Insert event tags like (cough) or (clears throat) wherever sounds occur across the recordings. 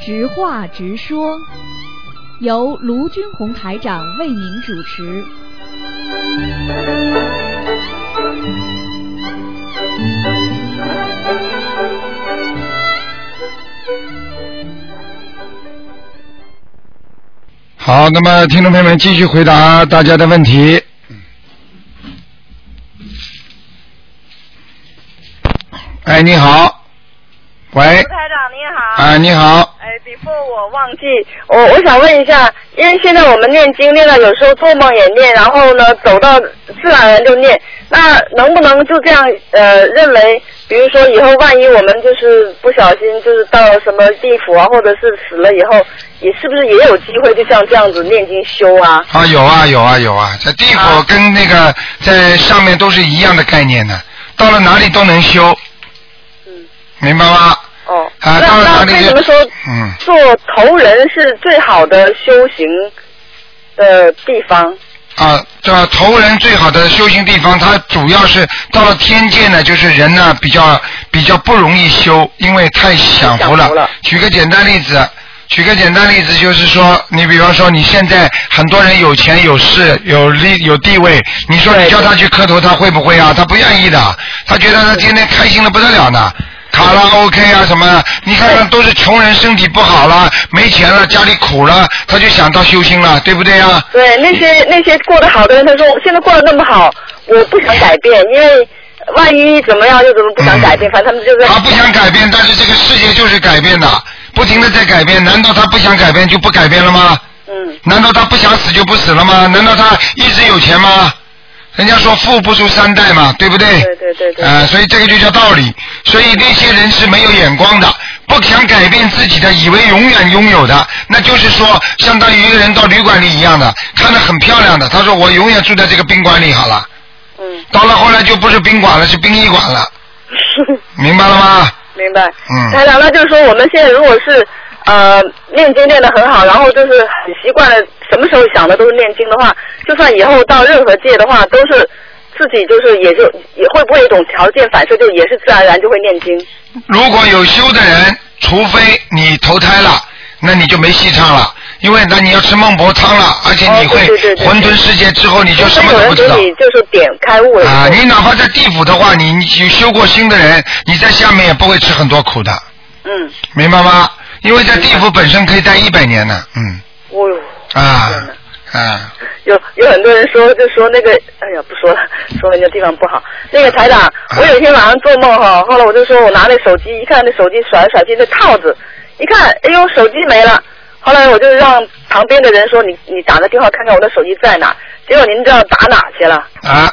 直话直说，由卢军红台长为您主持。好，那么听众朋友们继续回答大家的问题。哎，你好，喂卢，台长您好。哎，你好，哎，before 我忘记，我我想问一下，因为现在我们念经念到有时候做梦也念，然后呢走到自然而然就念，那能不能就这样呃认为，比如说以后万一我们就是不小心就是到了什么地府啊，或者是死了以后，也是不是也有机会就像这样子念经修啊？啊，有啊，有啊，有啊，在地府啊跟那个在上面都是一样的概念的，到了哪里都能修，嗯，明白吗？哦，啊，那到了哪那里为什就么说嗯，做头人是最好的修行的地方？啊，这头人最好的修行地方，它主要是到了天界呢，就是人呢比较比较不容易修，因为太享福了享福了。举个简单例子，举个简单例子就是说，你比方说你现在很多人有钱有势有利有地位，你说你对叫他去磕头，他会不会啊？他不愿意的，他觉得他天天开心的不得了呢。卡拉 OK 啊什么的，你看看都是穷人，身体不好了，没钱了，家里苦了，他就想到修心了，对不对啊？对，那些那些过得好的人，他说我现在过得那么好，我不想改变，因为万一怎么样又怎么不想改变，反正他们就嗯在他不想改变，但是这个世界就是改变的，不停的在改变。难道他不想改变就不改变了吗？嗯难道他不想死就不死了吗？难道他一直有钱吗？人家说富不出三代嘛，对不对？对对对对啊、所以这个就叫道理。所以那些人是没有眼光的，不想改变自己的，以为永远拥有的，那就是说，相当于一个人到旅馆里一样的，看着很漂亮的，他说我永远住在这个宾馆里好了。嗯， (laughs) 到了后来就不是宾馆了，是殡仪馆了，明白了吗？明白。嗯台长，那就是说我们现在如果是呃念经念得很好，然后就是很习惯了，什么时候想的都是念经的话，就算以后到任何界的话，都是自己就是也就也会不会有一种条件反射，就也是自然而然就会念经。如果有修的人，除非你投胎了，那你就没戏唱了，因为那你要吃孟婆汤了，而且你会哦对对对对混沌世界之后你就就什是么有都人不给知道。你就是点开悟了以后。啊，你哪怕在地府的话，你你有修过心的人，你在下面也不会吃很多苦的，嗯，明白吗？因为在地府本身可以待一百年呢，嗯，我有。啊天哪啊，有有很多人说，就说那个，哎呀，不说了，说人家地方不好。那个台长，我有一天晚上做梦哈，后来我就说我拿那手机，一看那手机甩来甩去，那套子，一看，哎呦，手机没了。后来我就让旁边的人说，你你打个电话看看我的手机在哪。结果您知道打哪去了？啊，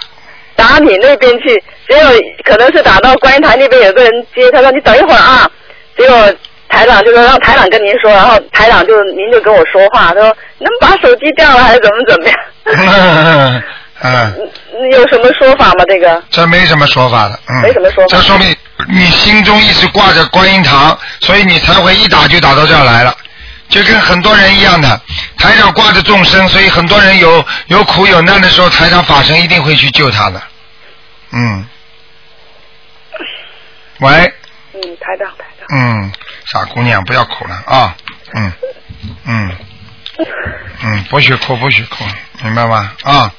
打你那边去，结果可能是打到观音台那边有个人接，他说你等一会儿啊，结果台长就说让台长跟您说，然后台长就您就跟我说话，他说能把手机掉了还是怎么怎么样？嗯 (laughs) 嗯，你有什么说法吗？这个这没什么说法的，嗯，没什么说法这说明你心中一直挂着观音堂，所以你才会一打就打到这儿来了。就跟很多人一样的，台上挂着众生，所以很多人有有苦有难的时候，台上法神一定会去救他的。嗯。喂，嗯，台长台 (laughs) 长，嗯，傻姑娘，不要哭了啊，嗯，嗯，嗯，不许哭，不许哭，明白吗？啊，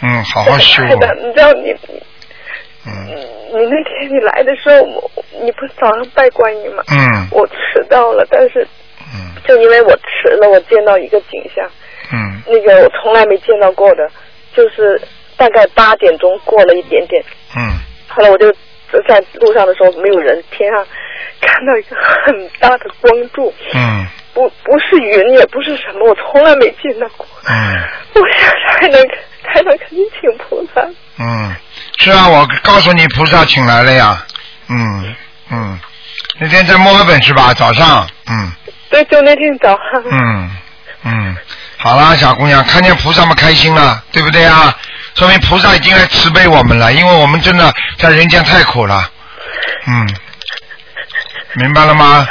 嗯，好 (laughs) 好修，台长，你知道你嗯你那天你来的时候，我你不是早上拜观音吗？嗯我迟到了，但是嗯就因为我迟了，我见到一个景象，嗯那个我从来没见到过的，就是大概八点钟过了一点点，嗯。后来我就在路上的时候没有人，天上看到一个很大的光柱，嗯不不是云也不是什么，我从来没见到过。嗯我想台长台长肯定请菩萨，嗯，是啊，我告诉你，菩萨请来了呀。嗯嗯，那天在墨尔本是吧？早上，嗯对，就那天早上。嗯嗯，好啦，小姑娘，看见菩萨们开心了，对不对啊？说明菩萨已经来慈悲我们了，因为我们真的在人间太苦了。嗯，明白了吗？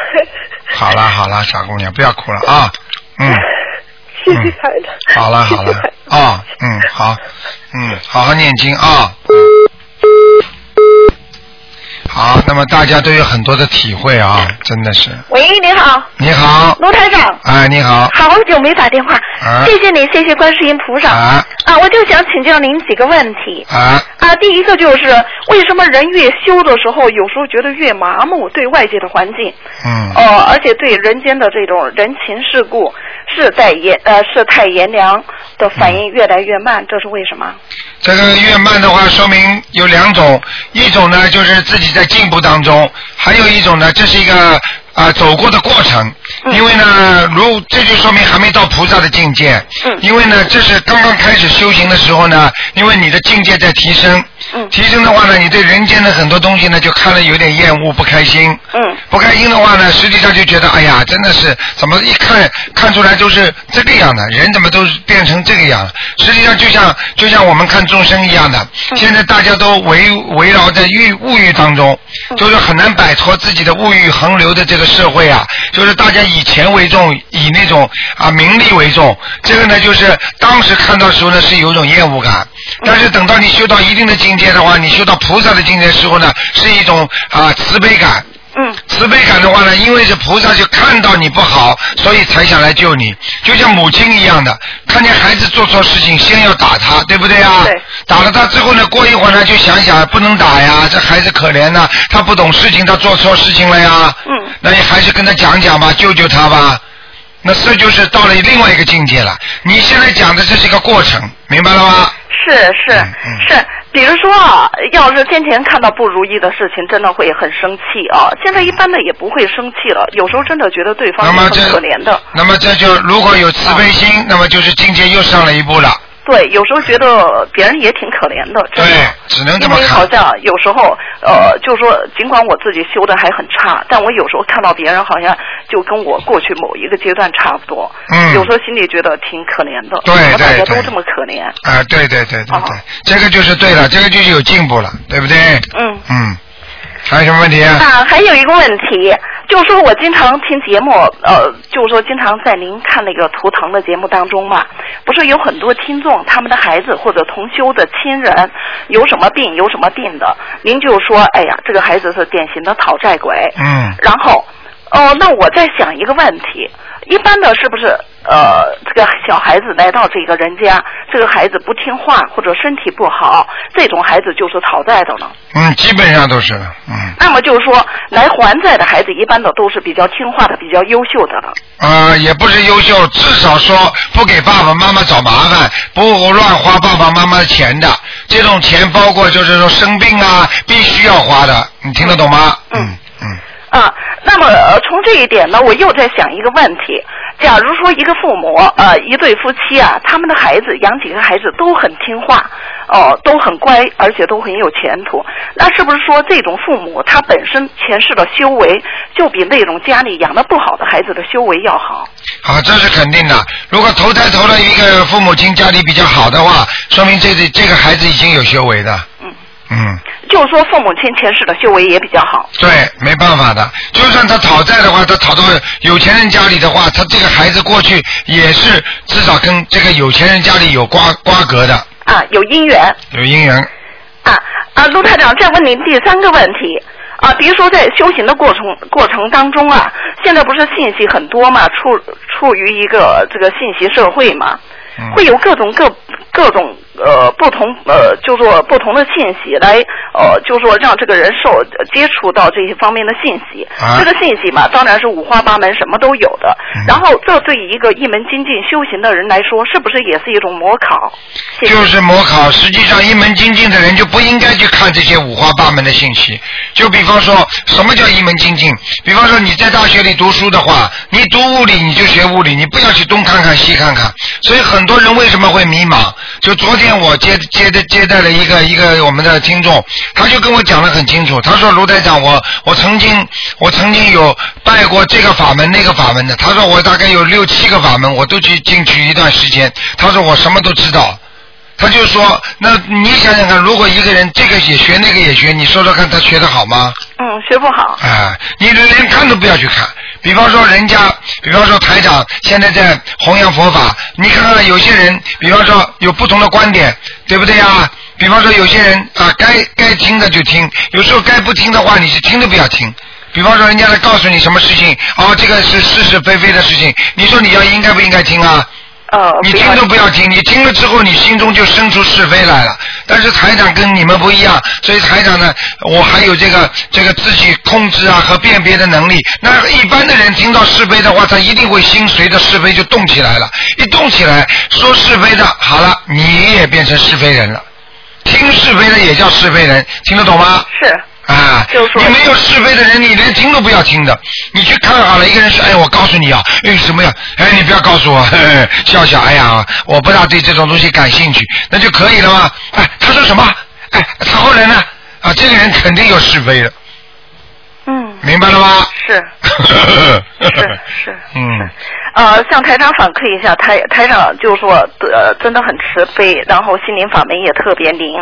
好啦好啦，傻姑娘，不要哭了啊。嗯， (laughs) 谢谢台长。好 (laughs) 啦好谢啦谢台，啊、嗯好，嗯，好好念经啊、好，好，那么大家都有很多的体会啊，真的是。喂，你好，你好，卢台长，哎，你好，好久没打电话，啊谢谢你，谢谢观世音菩萨啊啊！我就想请教您几个问题啊，啊。第一个就是为什么人越修的时候，有时候觉得越麻木，对外界的环境，嗯呃，而且对人间的这种人情世故是在炎呃是太炎凉的反嗯应越来越慢，这是为什么？这个越慢的话，说明有两种，一种呢就是自己在进步当中，还有一种呢，这是一个啊、走过的过程。嗯因为呢，如这就说明还没到菩萨的境界。嗯因为呢，这是刚刚开始修行的时候呢，因为你的境界在提升。嗯提升的话呢，你对人间的很多东西呢，就看了有点厌恶、不开心。嗯不开心的话呢，实际上就觉得哎呀，真的是怎么一看看出来都是这个样的，人怎么都是变成这个样了？实际上就像就像我们看众生一样的，现在大家都围围绕在欲物欲当中，就是很难摆脱自己的物欲横流的这个社会啊，就是大家以钱为重，以那种啊名利为重，这个呢就是当时看到的时候呢是有一种厌恶感，但是等到你修到一定的境界的话，你修到菩萨的境界的时候呢，是一种啊慈悲感。嗯慈悲感的话呢，因为是菩萨就看到你不好，所以才想来救你，就像母亲一样的，看见孩子做错事情，先要打他，对不对啊？对打了他之后呢，过一会儿呢，就想想不能打呀，这孩子可怜呐、他不懂事情，他做错事情了呀。嗯那你还是跟他讲讲吧，救救他吧。那这就是到了另外一个境界了。你现在讲的这是一个过程，明白了吗？是是嗯嗯是，比如说啊，要是先前看到不如意的事情，真的会很生气啊。现在一般的也不会生气了，有时候真的觉得对方那是么很这可怜的。那么这就如果有慈悲心，那么就是境界又上了一步了。对，有时候觉得别人也挺可怜的。真对的，只能这嗯因么为看好。像有时候，呃，就说尽管我自己修的还很差，但我有时候看到别人好像就跟我过去某一个阶段差不多，嗯有时候心里觉得挺可怜的，对怎么大对家对都这么可怜，啊，对对对对对哦，这个就是对了，这个就是有进步了，对不对？嗯。嗯，还有什么问题啊？啊，还有一个问题，就是说我经常听节目，呃，就是说经常在您看那个图腾的节目当中嘛，不是有很多听众他们的孩子或者同修的亲人有什么病有什么病的，您就说，哎呀，这个孩子是典型的讨债鬼，嗯，然后，哦，那我在想一个问题，一般的是不是呃，这个小孩子来到这个人家，这个孩子不听话或者身体不好，这种孩子就是讨债的呢？嗯，基本上都是了，嗯，那么就是说，来还债的孩子一般的都是比较听话的、比较优秀的了。呃，也不是优秀，至少说不给爸爸妈妈找麻烦，不乱花爸爸妈妈的钱的。这种钱包括就是说生病啊，必须要花的，你听得懂吗？嗯嗯嗯，啊，那么、呃、从这一点呢，我又在想一个问题：假如说一个父母，呃，一对夫妻啊，他们的孩子养几个孩子都很听话，哦、都很乖，而且都很有前途，那是不是说这种父母他本身前世的修为就比那种家里养的不好的孩子的修为要好？好，啊这是肯定的。如果投胎投了一个父母亲家里比较好的话，说明这这这个孩子已经有修为的。嗯嗯。就是说父母亲前世的修为也比较好。对，没办法的。就算他讨债的话，他讨到有钱人家里的话，他这个孩子过去也是至少跟这个有钱人家里有瓜瓜葛的，啊，有姻缘，有姻缘。啊啊，陆台长，再问您第三个问题啊，比如说在修行的过程过程当中啊，现在不是信息很多嘛，处处于一个这个信息社会嘛，嗯会有各种各各种呃不同呃，就说不同的信息来呃，就说让这个人受接触到这些方面的信息。啊这个信息嘛，当然是五花八门，什么都有的。嗯然后这对一个一门精进修行的人来说，是不是也是一种模考？谢谢就是模考，实际上一门精进的人就不应该去看这些五花八门的信息。就比方说，什么叫一门精进？比方说你在大学里读书的话，你读物理你就学物理，你不要去东看看西看看。所以很多人为什么会迷茫？就昨天我接接的接待了一个一个我们的听众，他就跟我讲得很清楚，他说卢台长，我我曾经我曾经有拜过这个法门那个法门的，他说我大概有六七个法门，我都去进去一段时间，他说我什么都知道。他就说，那你想想看，如果一个人这个也学，那个也学，你说说看，他学得好吗？嗯，学不好。啊，你连看都不要去看。比方说人家，比方说台长现在在弘扬佛法，你看看有些人，比方说有不同的观点，对不对呀？比方说有些人啊，该该听的就听，有时候该不听的话，你就听都不要听。比方说人家来告诉你什么事情，哦，这个是是是非非的事情，你说你要应该不应该听啊？呃，你听都不要听，你听了之后，你心中就生出是非来了。但是台长跟你们不一样，所以台长呢，我还有这个这个自己控制啊和辨别的能力。那一般的人听到是非的话，他一定会心随着是非就动起来了。一动起来，说是非的，好了，你也变成是非人了。听是非的也叫是非人，听得懂吗？是。啊，就是说你没有是非的人，你连听都不要听的。你去看好了，一个人说：“哎，我告诉你啊，哎什么呀？哎，你不要告诉我，嘿 (laughs) 嘿笑笑。哎呀，我不大对这种东西感兴趣，那就可以了吗？哎，他说什么？哎，他后来呢？啊，这个人肯定有是非的，嗯，明白了吗？是。是是 (laughs) 嗯，呃，向台长反馈一下，台台长就说，呃，真的很慈悲，然后心灵法门也特别灵，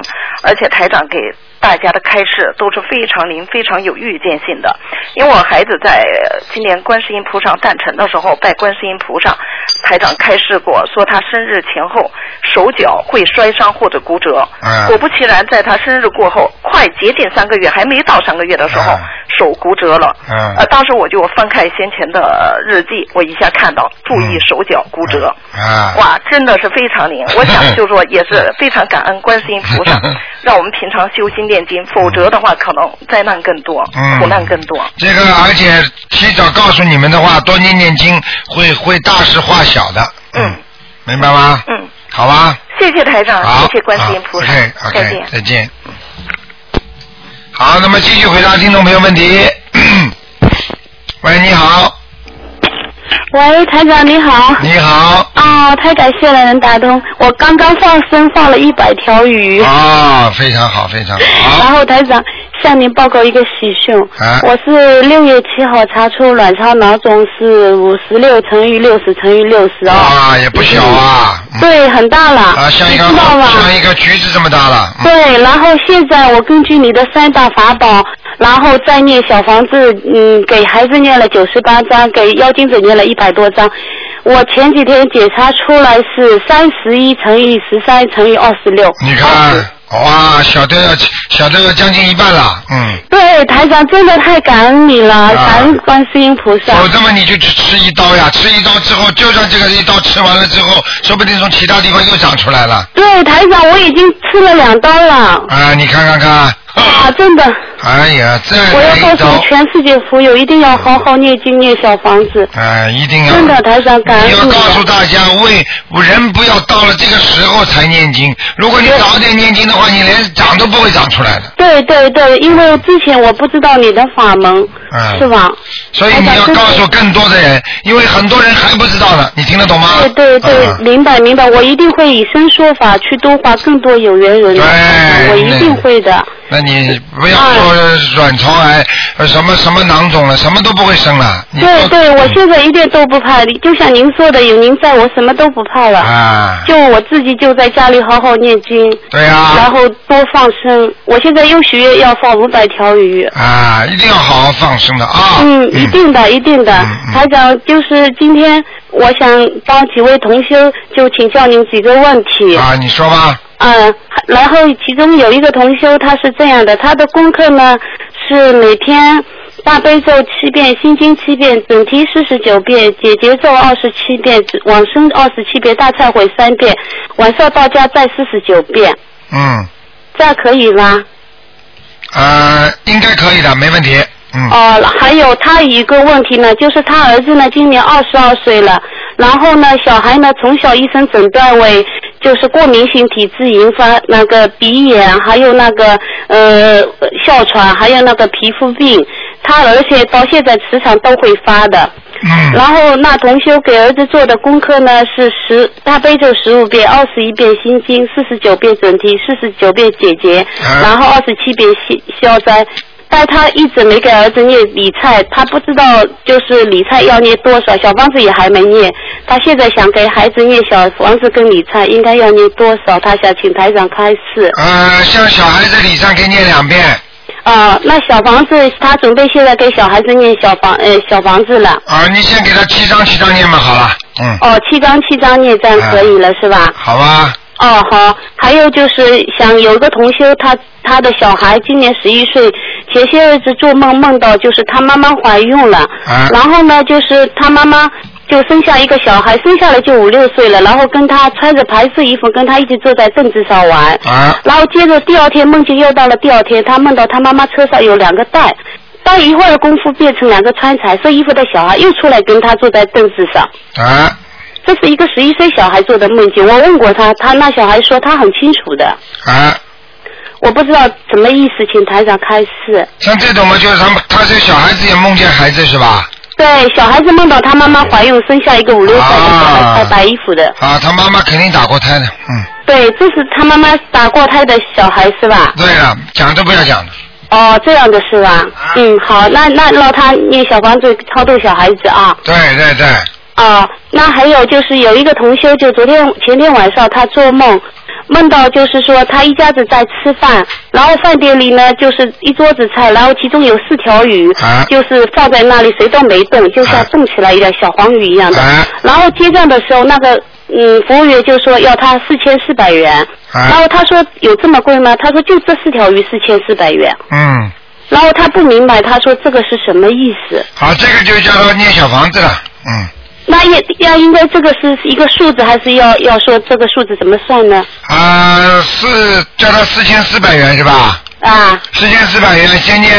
而且台长给大家的开示都是非常灵、非常有预见性的。因为我孩子在呃今年观世音菩萨诞辰的时候拜观世音菩萨，台长开示过，说他生日前后手脚会摔伤或者骨折。嗯果不其然，在他生日过后，快接近三个月，还没到三个月的时候，嗯手骨折了。嗯呃，当时我就翻看先前的呃日记，我一下看到注意嗯手脚骨折。啊，，哇，真的是非常灵！我想就说也是非常感恩观世音菩萨 (laughs) 让我们平常修心念经，否则的话可能灾难更多，嗯苦难更多。这个而且提早告诉你们的话，多念念经会会大事化小的。嗯，明白吗？嗯，好吧。谢谢台长，好，谢谢观世音菩 o 萨，k 再 o 见 k。再见。好，那么继续回答听众朋友问题。 (clears throat) 喂，你好，喂，台长你好。你好，啊、太感谢了，能打通。我刚刚放生放了一百条鱼，啊、非常好，非常 (laughs) 然好，后台长向您报告一个喜讯，啊我是六月七号查出卵巢囊肿是五十六乘以六十乘以六十哦，啊，也不小啊，嗯对，很大了，啊，像一你个知道吧？像一个橘子这么大了，嗯对，然后现在我根据你的三大法宝，然后再念小房子，嗯，给孩子念了九十八章，给妖精者念了一百多章。我前几天检查出来是三十一乘以十三乘以二十六。你看，哇，小的要小的要将近一半了，嗯，对，台长真的太感恩你了，啊感恩观世音菩萨。否则嘛你就去吃一刀呀，吃一刀之后，就算这个一刀吃完了之后，说不定从其他地方又长出来了，对，台长，我已经吃了两刀了。啊，你看看看，啊，真的，哎呀，再我来要一告刀诉，全世界福友，一定要好好念经念小房子。哎，一定要。真的，台长，感恩你要你告诉了。大家，为人不要到了这个时候才念经。如果你早点念经的话，你连长都不会长出来的。对对对，因为之前我不知道你的法门，嗯是吧？所以你要告诉更多的人，因为很多人还不知道呢。你听得懂吗？对对对，嗯明白明白，我一定会以身说法去度化更多有缘人的，对我一定会的。那你不要说卵巢癌、呃什么什么囊肿了，什么都不会生了。你对都对，我现在一点都不怕，就像您说的，有您在我什么都不怕了。啊，就我自己就在家里好好念经，对呀、然啊，后多放生。我现在又许愿要放五百条鱼。啊一定要好好放生的啊。嗯，一定的，一定的。嗯嗯台长，就是今天我想帮几位同修，就请教您几个问题。啊，你说吧。嗯，然后其中有一个同修，他是这样的，他的功课呢是每天大悲咒七遍，心经七遍，准提四十九遍，解结咒二十七遍，往生二十七遍，大忏悔三遍，晚上到家再四十九遍，嗯，这样可以吗？呃，应该可以的，没问题。嗯。哦，还有他一个问题呢，就是他儿子呢今年二十二岁了，然后呢小孩呢从小医生诊断为就是过敏性体质引发那个鼻炎，还有那个呃哮喘，还有那个皮肤病，他而且到现在时常都会发的。嗯。然后那同修给儿子做的功课呢是十大悲咒十五遍，二十一遍心经，四十九遍准提，四十九遍解结，啊然后二十七遍消消灾。但他一直没给儿子念理菜，他不知道就是理菜要念多少，小房子也还没念。他现在想给孩子念小房子跟理菜，应该要念多少？他想请台长开示。呃，像小孩子礼上可以念两遍，啊、那小房子他准备现在给小孩子念小房呃小房子了。啊、你先给他七张七张念吧，好了，嗯，哦，七张七张念，这样可以了、是吧？好吧，哦，好。还有就是想有一个同修，他他的小孩今年十一岁，前些日子做梦梦到就是他妈妈怀孕了，啊然后呢就是他妈妈。就生下一个小孩，生下来就五六岁了，然后跟他穿着白色衣服，跟他一起坐在凳子上玩。啊然后接着第二天梦见又到了第二天，他梦到他妈妈车上有两个袋，待一会儿功夫变成两个穿彩色衣服的小孩又出来跟他坐在凳子上。啊！这是一个十一岁小孩做的梦境，我问过他，他那小孩说他很清楚的，啊，我不知道什么意思，请台长开示。像这种嘛，就是他们他这小孩子也梦见孩子是吧？对，小孩子梦到他妈妈怀孕，生下一个五六岁的小啊孩，穿白衣服的。啊，他妈妈肯定打过胎的，嗯，对，这是他妈妈打过胎的小孩是吧？对了，讲都不要讲了，哦，这样的是吧？嗯，好，那那让他念小房子超度小孩子啊。对对对，啊，那还有就是有一个同修，就昨天前天晚上他做梦，梦到就是说他一家子在吃饭，然后饭店里呢就是一桌子菜，然后其中有四条鱼，啊就是放在那里谁都没动，就像啊冻起来一样小黄鱼一样的。啊然后结账的时候，那个嗯服务员就说要他四千四百元，然啊，后他说有这么贵吗？他说就这四条鱼四千四百元，嗯，然后他不明白，他说这个是什么意思？好，这个就叫做念小房子了，嗯，那也要应该这个是一个数字，还是要要说这个数字怎么算呢？啊，四叫他四千四百元是吧？啊，四千四百元，先念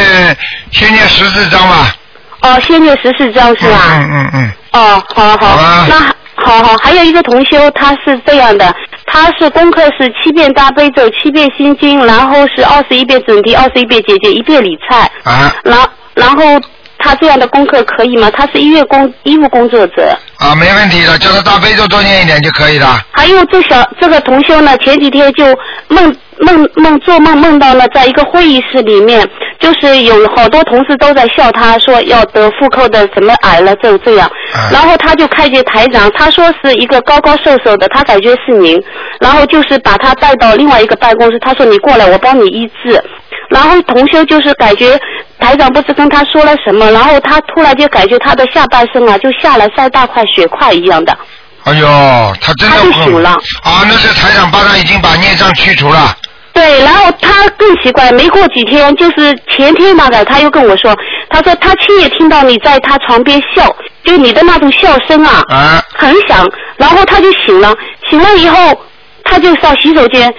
先念十四章吧，哦，先念十四章是啊吧？嗯嗯嗯哦，好好，好啊那好好，还有一个同修他是这样的，他是功课是七遍大悲咒，七遍心经，然后是二十一遍准提，二十一遍姐姐，一遍理财，嗯，啊然然后他这样的功课可以吗？他是医院工医务工作者。啊，没问题的，叫他大悲咒多念一点就可以了，还有这小这个同修呢，前几天就梦梦梦做梦梦到了在一个会议室里面，就是有好多同事都在笑他，说要得妇科的什么癌了，就这样。啊然后他就看见台长，他说是一个高高瘦瘦的，他感觉是您，然后就是把他带到另外一个办公室，他说你过来，我帮你医治。然后同修就是感觉台长不知跟他说了什么，然后他突然就感觉他的下半身啊就下来三大块血块一样的。哎呦，他真的他就会醒了啊，那是台长帮他已经把孽障去除了。对，然后他更奇怪，没过几天，就是前天大概，他又跟我说，他说他亲眼听到你在他床边笑，就你的那种笑声啊，啊很响，然后他就醒了，醒了以后，他就上洗手间，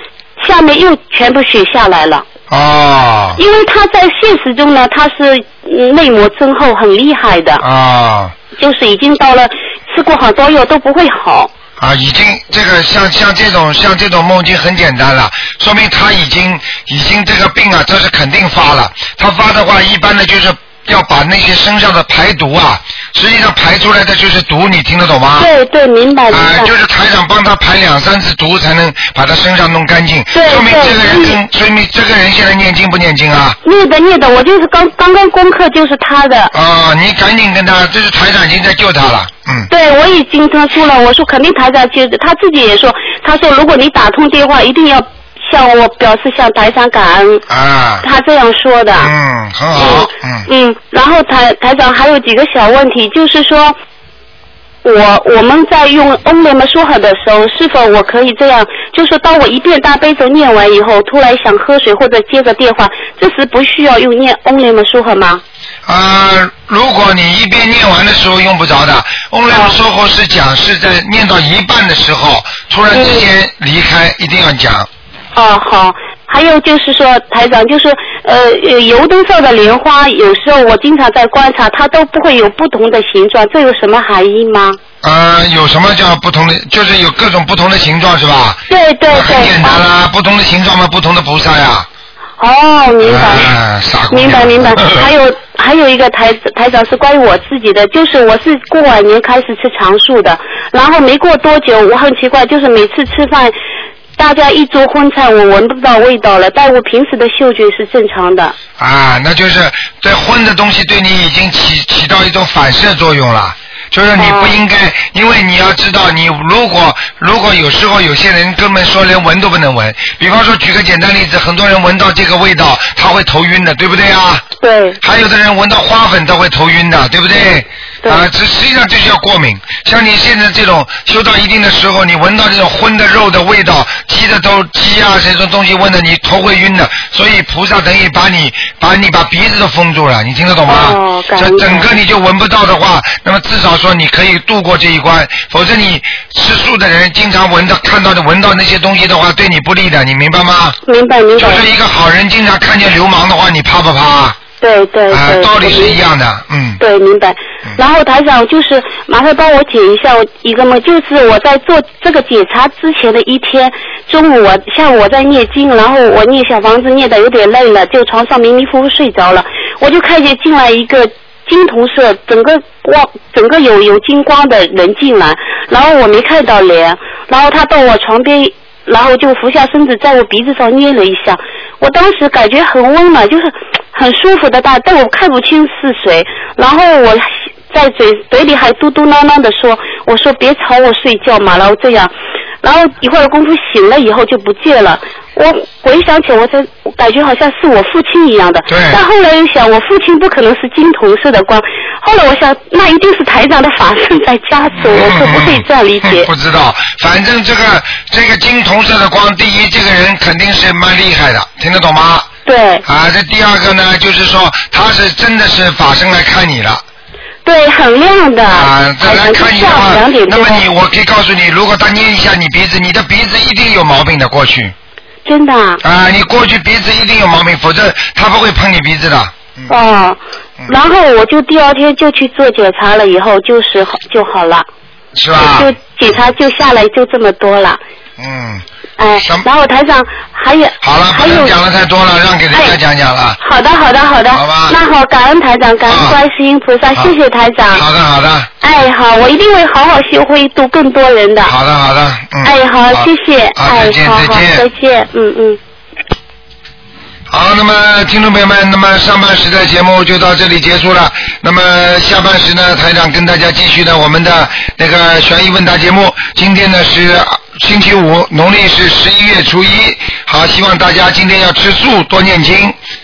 下面又全部血下来啊了，哦因为他在现实中呢，他是嗯内膜增厚很厉害的，啊就是已经到了吃过好多药都不会好，啊！已经这个像像这种像这种梦境很简单了，说明他已经已经这个病啊，这是肯定发了。他发的话，一般的就是要把那些身上的排毒啊，实际上排出来的就是毒，你听得懂吗？对对，明啊、白明白。就是台长帮他排两三次毒，才能把他身上弄干净。对说明这个人对嗯跟说明这个人现在念经不念经啊？念的念的，我就是刚刚刚功课就是他的，啊，你赶紧跟他，这是台长已经在救他了，嗯。对，我已经跟他说了，我说肯定台长接着，他自己也说，他说如果你打通电话，一定要向我表示向台长感恩，啊，他这样说的。嗯，很好，嗯，嗯，然后台台长还有几个小问题，就是说，我我们在用嗡雷嘛说好的时候，是否我可以这样？就是当我一遍大悲咒念完以后，突然想喝水或者接个电话，这时不需要用念嗡雷嘛说好吗？啊，如果你一边念完的时候用不着的，翁来嗯说后是讲是在念到一半的时候，突然嗯之间离开，一定要讲。哦，好。还有就是说，台长，就是呃，呃油灯上的莲花，有时候我经常在观察，它都不会有不同的形状，这有什么含义吗？啊，有什么叫不同的？就是有各种不同的形状是吧？对对那很对简，单啊啦，不同的形状嘛，不同的菩萨呀。哦，明白。啊，傻姑娘明白明白，(laughs) 还有还有一个台台长是关于我自己的，就是我是过完年开始吃长素的，然后没过多久，我很奇怪，就是每次吃饭，大家一桌荤菜我闻不到味道了，但我平时的嗅觉是正常的。啊，那就是这荤的东西对你已经起起到一种反射作用了。就是你哦不应该，因为你要知道，你如果如果有时候有些人根本说连闻都不能闻，比方说举个简单例子，很多人闻到这个味道他会头晕的，对不对啊？对，还有的人闻到花粉他会头晕的，对不对？对啊，这实际上这就叫过敏。像你现在这种修到一定的时候，你闻到这种荤的肉的味道，鸡的都鸡啊这种东西闻的，你头会晕的。所以菩萨等于把你把你把鼻子都封住了，你听得懂吗？哦感这恩整个你就闻不到的话，那么至少说你可以度过这一关。否则你吃素的人经常闻到看到的闻到那些东西的话，对你不利的，你明白吗？明白明就白，是一个好人经常看见流氓的话，你怕不怕？啊、对对对，道理呃我是明一白样的，嗯。对，明白嗯。然后台长就是麻烦帮我解一下我一个梦，就是我在做这个检查之前的一天，中午我下午我在念经，然后我念小房子念的有点累了，就床上迷迷糊糊睡着了，我就看见进来一个金铜色，整个光整个有有金光的人进来，然后我没看到脸，然后他到我床边。然后就俯下身子，在我鼻子上捏了一下，我当时感觉很温暖，就是很舒服的大，但我看不清是谁。然后我在嘴嘴里还嘟嘟囔囔的说：“我说别吵我睡觉嘛。”然后这样，然后一会儿功夫醒了以后就不见了。我回想起我才我感觉好像是我父亲一样的，对但后来又想我父亲不可能是金铜色的光，后来我想那一定是台长的法身在加持我，我嗯是不可以这样理解。不知道，反正这个这个金铜色的光，第一，这个人肯定是蛮厉害的，听得懂吗？对啊，这第二个呢，就是说他是真的是法身来看你了对，很亮的。哎啊，再台来长看你的下话午两点，啊那多。么你我可以告诉你，如果他捏一下你鼻子，你的鼻子一定有毛病的，过去真的啊？啊，你过去鼻子一定有毛病，否则他不会碰你鼻子的。嗯哦嗯，然后我就第二天就去做检查了，以后就是好就好了，嗯是吧？就检查就下来就这么多了，嗯，哎什么，然后台长还有好了，不还有能讲的太多了，让给人家哎讲讲了。好的好的好的，好吧那好，感恩台长，感啊恩观世音菩萨，好谢谢台长，好的，好的。哎好，我一定会好好修，会度更多人的，好的，好的，嗯。哎好，谢谢，好，哎再见，好再好再见。见，嗯嗯。好，那么听众朋友们，那么上半时的节目就到这里结束了。那么下半时呢，台长跟大家继续呢我们的那个悬疑问答节目。今天呢是星期五，农历是十一月初一。好，希望大家今天要吃素，多念经。